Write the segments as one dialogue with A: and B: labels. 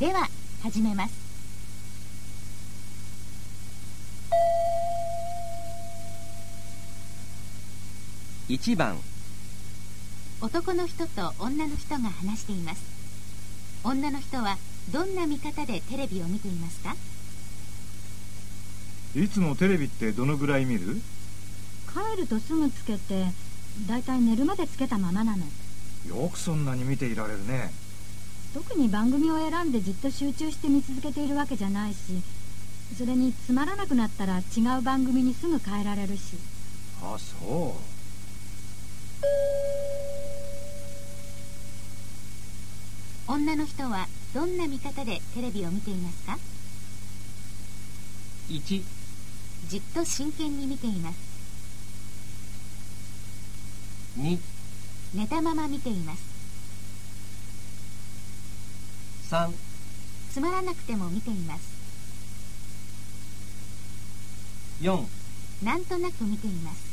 A: では始めます
B: 1番
A: 男の人と女の人が話しています女の人はどんな見方でテレビを見ていますか
C: いつもテレビってどのぐらい見る
D: 帰るとすぐつけてだいたい寝るまでつけたままなの
C: よくそんなに見ていられるね
D: 特に番組を選んでじっと集中して見続けているわけじゃないしそれにつまらなくなったら違う番組にすぐ変えられるし
C: あそう
A: 女の人はどんな見方でテレビを見ていますか
B: 1
A: じっと真剣に見ています
B: 2
A: 寝たまま見ています
B: 3
A: つまらなくても見ています
B: 4
A: なんとなく見ています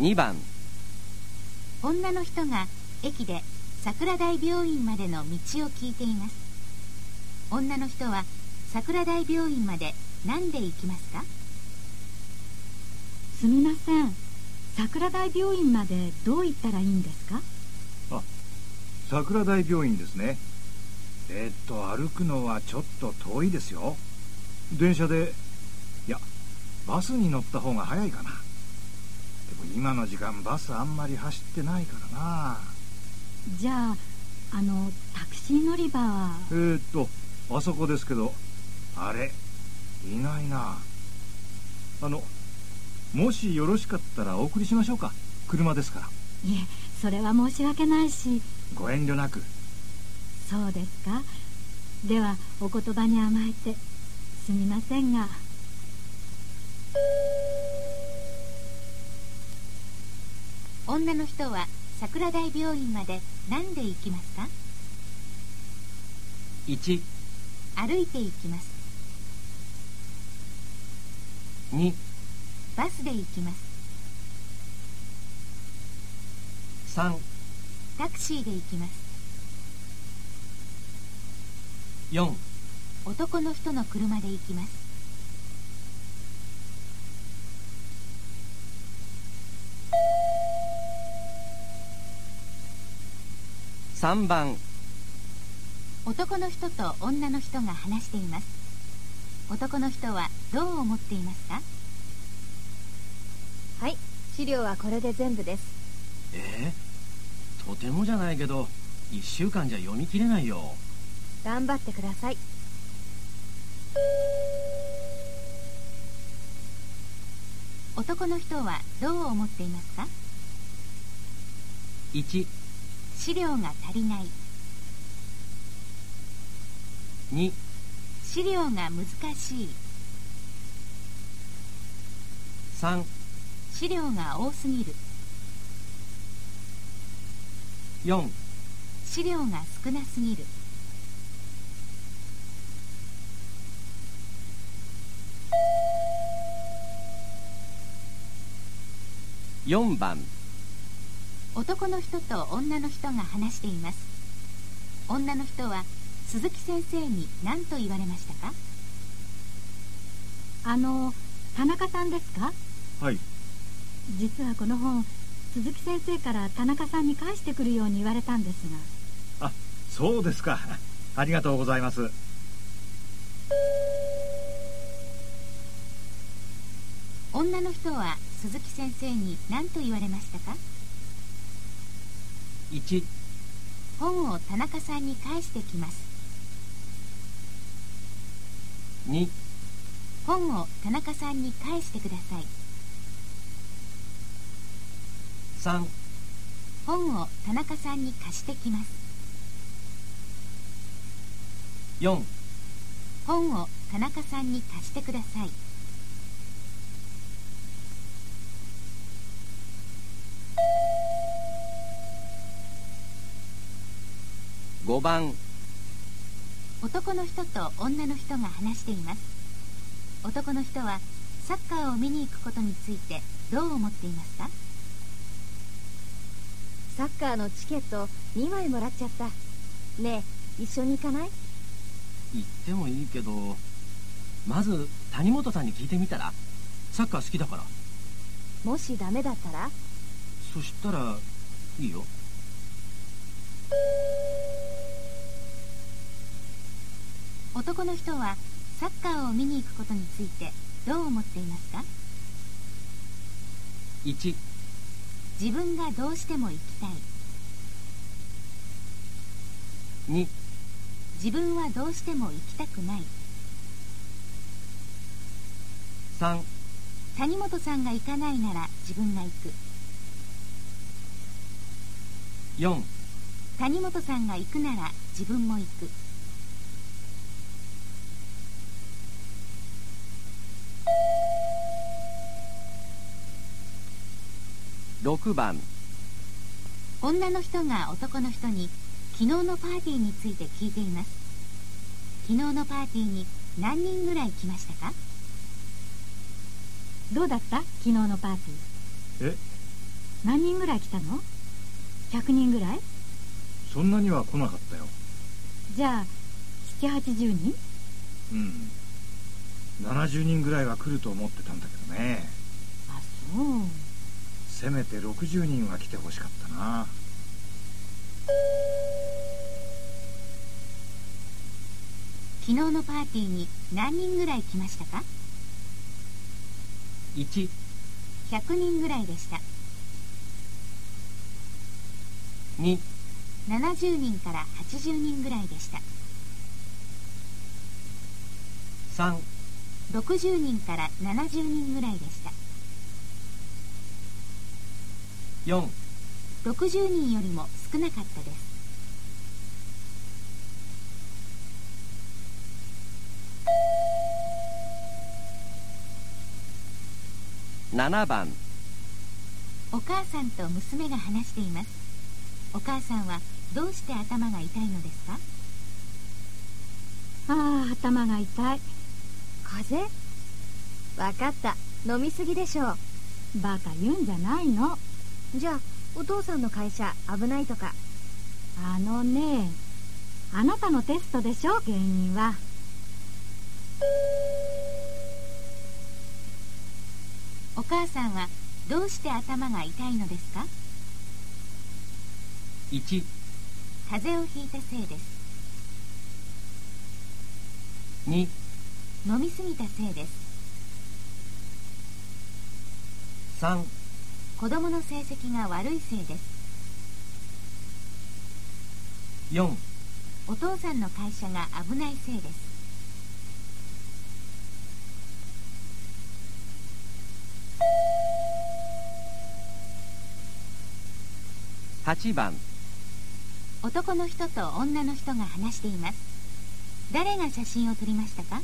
B: 2番
A: 女の人が駅で桜台病院までの道を聞いています女の人は桜台病院まで何で行きますか
D: すみません桜台病院までどう行ったらいいんですか
C: 桜台病院ですねえっと歩くのはちょっと遠いですよ電車でいやバスに乗った方が早いかなでも今の時間バスあんまり走ってないからな
D: じゃああのタクシー乗り場は
C: えー、っとあそこですけどあれいないなあのもしよろしかったらお送りしましょうか車ですから
D: いえそれは申し訳ないし
C: ご遠慮なく
D: そうですかではお言葉に甘えてすみませんが
A: 女の人は桜台病院まで何で行きますか
B: 1
A: 歩いて行きます
B: 2
A: バスで行きます
B: 3
A: タクシーで行きます
B: 4
A: 男の人の車で行きます
B: 3番
A: 男の人と女の人が話しています男の人はどう思っていますか
E: はい資料はこれで全部です
B: えー、とてもじゃないけど1週間じゃ読み切れないよ
E: 頑張ってください
A: 男の人はどう思っていますか
B: 1
A: 資料が足りない
B: 2
A: 資料が難しい
B: 3
A: 資料が多すぎる
B: 4
A: 資料が少なすぎる
B: 4番
A: 男の人と女の人が話しています女の人は鈴木先生に何と言われましたか
D: あの田中さんですか
C: はい
D: 実はこの本鈴木先生から田中さんに返してくるように言われたんですが
C: そうですか ありがとうございます
A: 女の人は鈴木先生に何と言われましたか
B: 1
A: 本を田中さんに返してきます
B: 2
A: 本を田中さんに返してください
B: 3
A: 本を田中さんに貸してきます
B: 4
A: 本を田中さんに貸してください
B: 5番
A: 男の人と女の人が話しています男の人はサッカーを見に行くことについてどう思っていますか
E: サッカーのチケット2枚もらっちゃったねえ一緒に行かない
B: 行ってもいいけどまず谷本さんに聞いてみたらサッカー好きだから
E: もしダメだったら
B: そしたらいいよ
A: 男の人はサッカーを見に行くことについてどう思っていますか
B: 1
A: 自分がどうしても行きたい
B: 2
A: 自分はどうしても行きたくない
B: 3
A: 谷本さんが行かないなら自分が行く
B: 4
A: 谷本さんが行くなら自分も行く
F: 6番
A: 女の人が男の人に昨日のパーティーについて聞いています昨日のパーティーに何人ぐらい来ましたか
D: どうだった昨日のパーティー
C: え
D: 何人ぐらい来たの100人ぐらい
C: そんなには来なかったよ
D: じゃあ780人
C: うん70人ぐらいは来ると思ってたんだけどね
D: あそう
C: せめて60人は来てほしかったな
A: 昨日のパーティーに何人ぐらい来ましたか
B: 1
A: 100人ぐらいでした
B: 2
A: 70人から80人ぐらいでした
B: 3
A: 60人から70人ぐらいでした
B: 4
A: 60人よりも少なかったです
F: 7番
A: お母さんと娘が話していますお母さんはどうして頭が痛いのですか
D: ああ頭が痛い
E: 風邪わかった飲みすぎでしょ
D: バカ言うんじゃないの
E: うじゃあお父さんの会社危ないとか
D: あのねあなたのテストでしょ原因は
A: お母さんはどうして頭が痛いのですか
B: 1
A: 風邪をひいたせいです
B: 2
A: 飲みすぎたせいです
B: 3
A: 子供の成績が悪いせいです
B: 4
A: お父さんの会社が危ないせいです
F: 8番
A: 男の人と女の人が話しています誰が写真を撮りましたか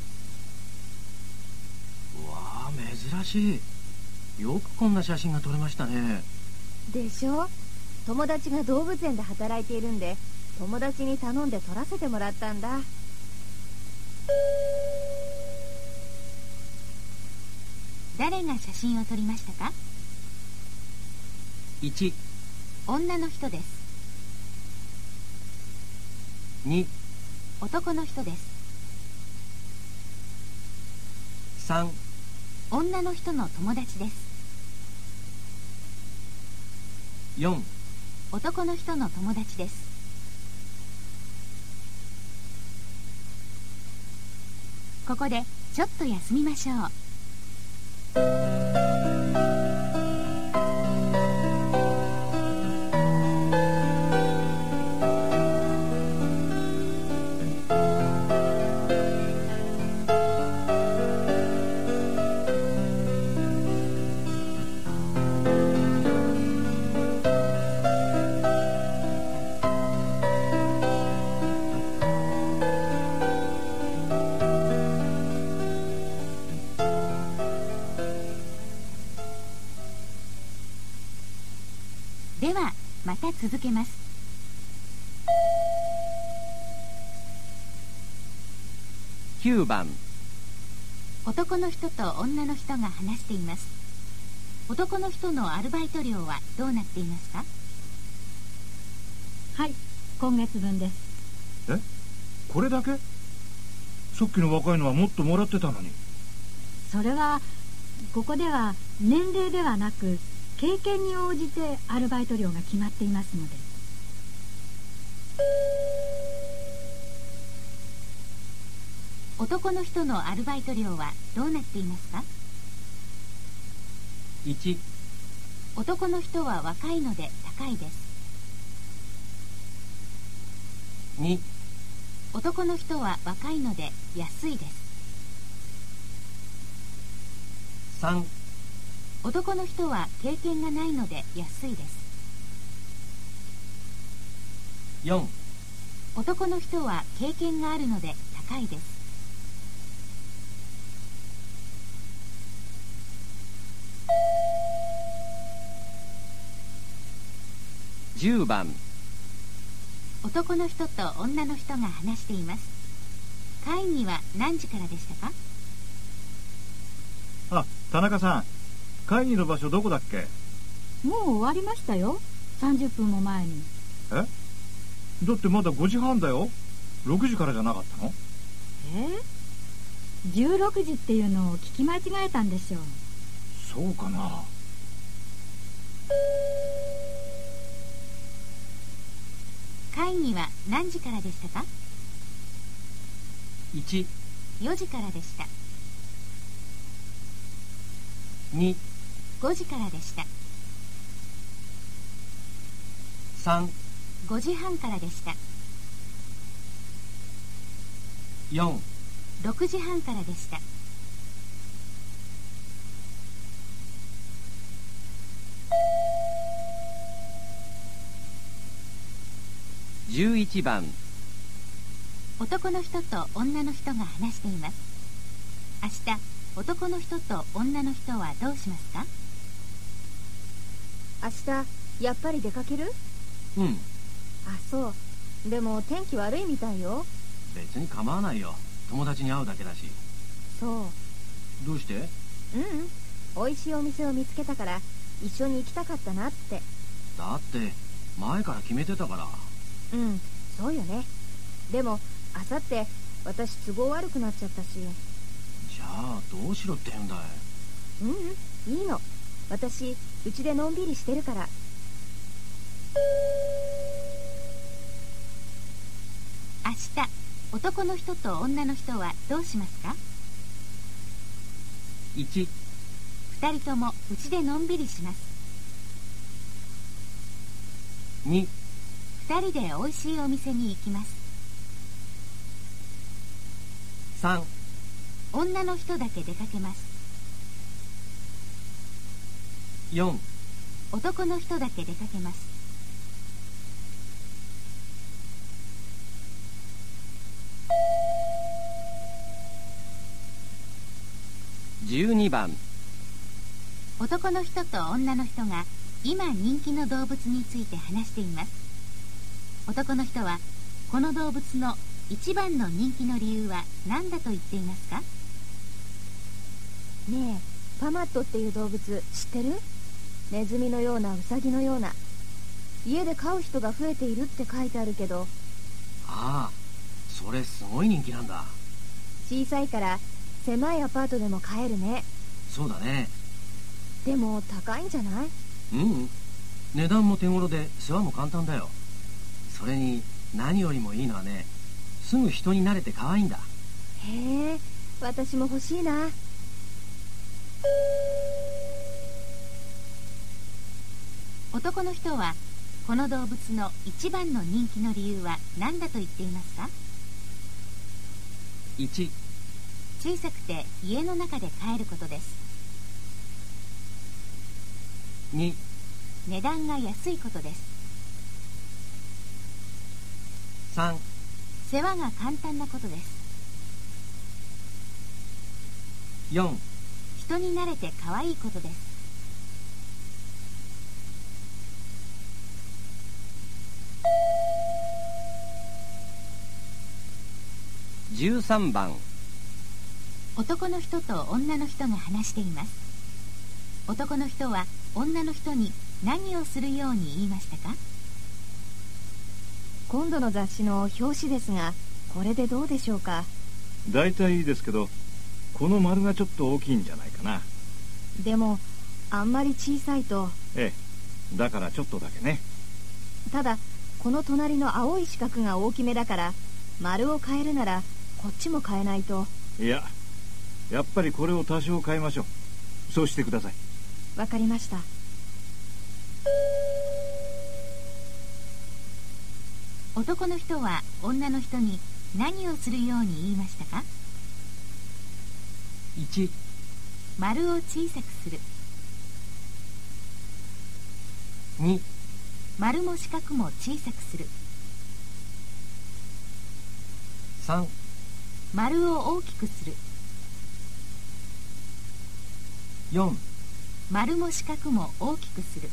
B: うわあ珍しいよくこんな写真が撮れましたね
E: でしょ友達が動物園で働いているんで友達に頼んで撮らせてもらったんだ
A: 誰が写真を撮りましたか
B: 1
A: 女の人です
B: 2
A: 男の人です
B: 3
A: 女の人の友達です
B: 4
A: 男の人の友達ですここでちょっと休みましょうではまた続けます
F: 9番
A: 男の人と女の人が話しています男の人のアルバイト料はどうなっていますか
D: はい今月分です
C: これだけさっきの若いのはもっともらってたのに
D: それはここでは年齢ではなく経験に応じてアルバイト料が決まっていますので
A: 男の人のアルバイト料はどうなっていますか
F: 1
A: 男の人は若いので高いです
F: 2
A: 男の人は若いので安いです
F: 3
A: 男の人は経験がないので安いです
F: 4
A: 男の人は経験があるので高いです
F: 10番
A: 男の人と女の人が話しています会議は何時からでしたか
C: あ田中さん会議の場所どこだっけ
D: もう終わりましたよ30分も前に
C: だってまだ5時半だよ6時からじゃなかったの
D: え16時っていうのを聞き間違えたんでしょう
C: そうかな
A: 会議は何時からでしたか
F: 1
A: 4時からでした
F: 2
A: 5時からでした
F: 3
A: 5時半からでした
F: 4
A: 6時半からでした
F: 11番
A: 男の人と女の人が話しています明日男の人と女の人はどうしますか
E: 明日やっぱり出かける
F: うん
E: あそうでも天気悪いみたいよ
B: 別に構わないよ友達に会うだけだし
E: そう
B: どうして
E: ううん美味しいお店を見つけたから一緒に行きたかったなって
B: だって前から決めてたから
E: うんそうよねでもあさって私都合悪くなっちゃったし
B: じゃあどうしろって言うんだい
E: うんうんいいの私うちでのんびりしてるから
A: 明日男の人と女の人はどうしますか
F: 1
A: 2人ともうちでのんびりします
F: 2
A: 2人で美味しいお店に行きます
F: 3
A: 女の人だけ出かけます
F: 4
A: 男の人だけ出かけます
F: 12番
A: 男の人と女の人が今人気の動物について話しています男の人はこの動物の一番の人気の理由は何だと言っていますか
E: ねえパマットっていう動物知ってるネズミのようなウサギのような家で飼う人が増えているって書いてあるけど
B: ああそれすごい人気なんだ
E: 小さいから狭いアパートでも飼えるね
B: そうだね
E: でも高いんじゃない
B: うんうん値段も手頃で世話も簡単だよそれに何よりもいいのはねすぐ人に慣れて可愛いんだ
E: へえ私も欲しいな
A: 男の人はこの動物の一番の人気の理由は何だと言っていますか
F: 1
A: 小さくて家の中で飼えることです
F: 2
A: 値段が安いことです
F: 3
A: 世話が簡単なことです
F: 4
A: 人に慣れて可愛いことです
F: 13番
A: 男の人と女の人が話しています男の人は女の人に何をするように言いましたか
E: 今度の雑誌の表紙ですがこれでどうでしょうか
C: 大体いいですけどこの丸がちょっと大きいんじゃないかな
E: でもあんまり小さいと
C: ええだからちょっとだけね
E: ただこの隣の青い四角が大きめだから丸を変えるならこっちも変えないと
C: いややっぱりこれを多少変えましょうそうしてください
E: わかりました
A: 男の人は女の人に何をするように言いましたか
F: 1
A: 丸を小さくする
F: 2
A: 丸も四角も小さくする
F: 3
A: 丸を大きくする
F: 4
A: 丸も四角も大きくする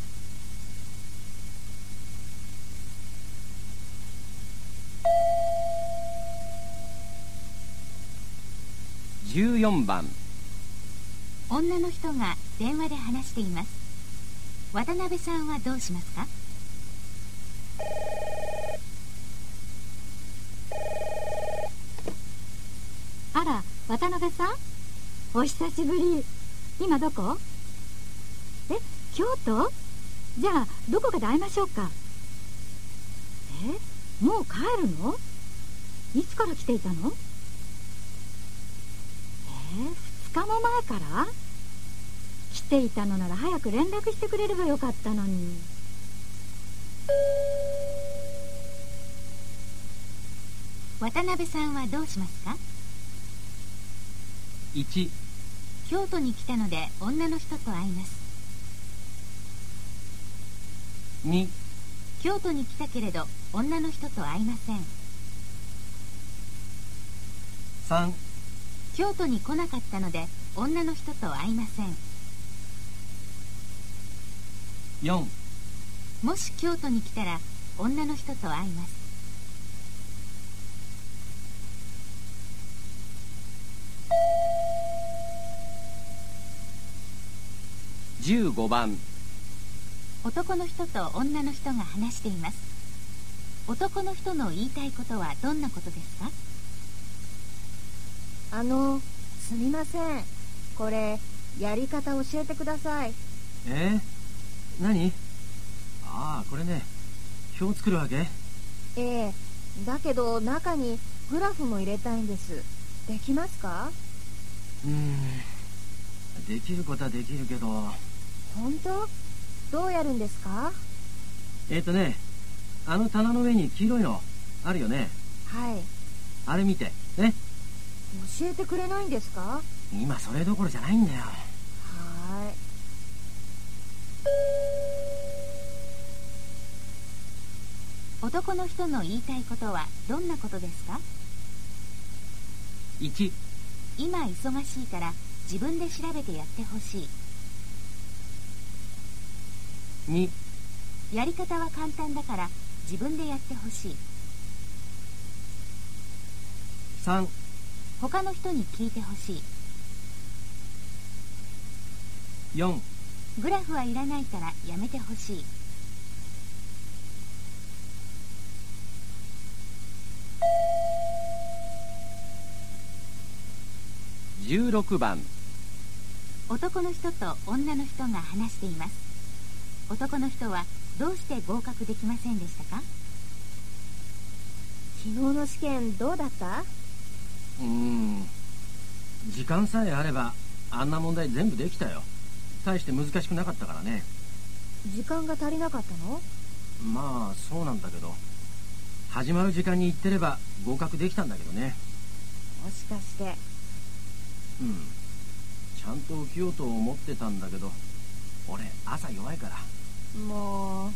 F: 14番
A: 女の人が電話で話しています渡辺さんはどうしますか
D: あら渡辺さんお久しぶり今どこえ京都じゃあどこかで会いましょうかえもう帰るのいつから来ていたのえ2日も前から来ていたのなら早く連絡してくれればよかったのに
A: 渡辺さんはどうしますか
F: 1
A: 京都に来たので女の人と会います
F: 2
A: 京都に来たけれど女の人と会いません
F: 3
A: 京都に来なかったので女の人と会いません
F: 4
A: もし京都に来たら女の人と会います
F: 15番
A: 男の人と女の人が話しています男の人の言いたいことはどんなことですか
E: あのすみませんこれやり方教えてください
B: えー、何ああこれね表作るわけ
E: ええだけど中にグラフも入れたいんですできますか
B: うーんできることはできるけど
E: 本当どうやるんですか
B: えっ、とねあの棚の上に黄色いのあるよね
E: はい
B: あれ見てね
E: 教えてくれないんですか
B: 今それどころじゃないんだよ
E: は
A: 男の人の言いたいことはどんなことですか
F: 1
A: 今忙しいから自分で調べてやってほし
F: 2
A: いやり方は簡単だから自分でやってほしい
F: 3
A: 他の人に聞いてほしい
F: 4
A: グラフはいらないからやめてほしい
F: 16番
A: 男の人と女の人が話しています男の人はどうして合格できませんでしたか
E: い昨日の試験どうだった
B: うーん時間さえあればあんな問題全部できたよ大して難しくなかったからね
E: 時間が足りなかったの
B: まあそうなんだけど始まる時間に行ってれば合格できたんだけどね
E: もしかして
B: うんちゃんと受けようと思ってたんだけど俺朝弱いから
E: もう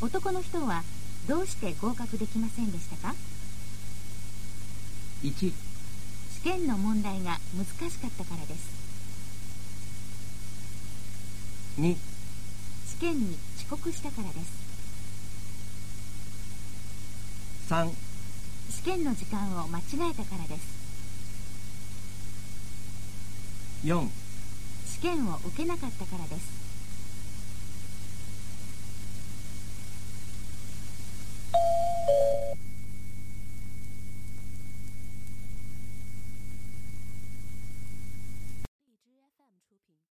A: 男の人はどうして合格できませんでしたか
F: 1
A: 試験の問題が難しかったからです
F: 2
A: 試験に遅刻したからです
F: 3
A: 試験の時間を間違えたからです
F: 4
A: 試験を受けなかったからです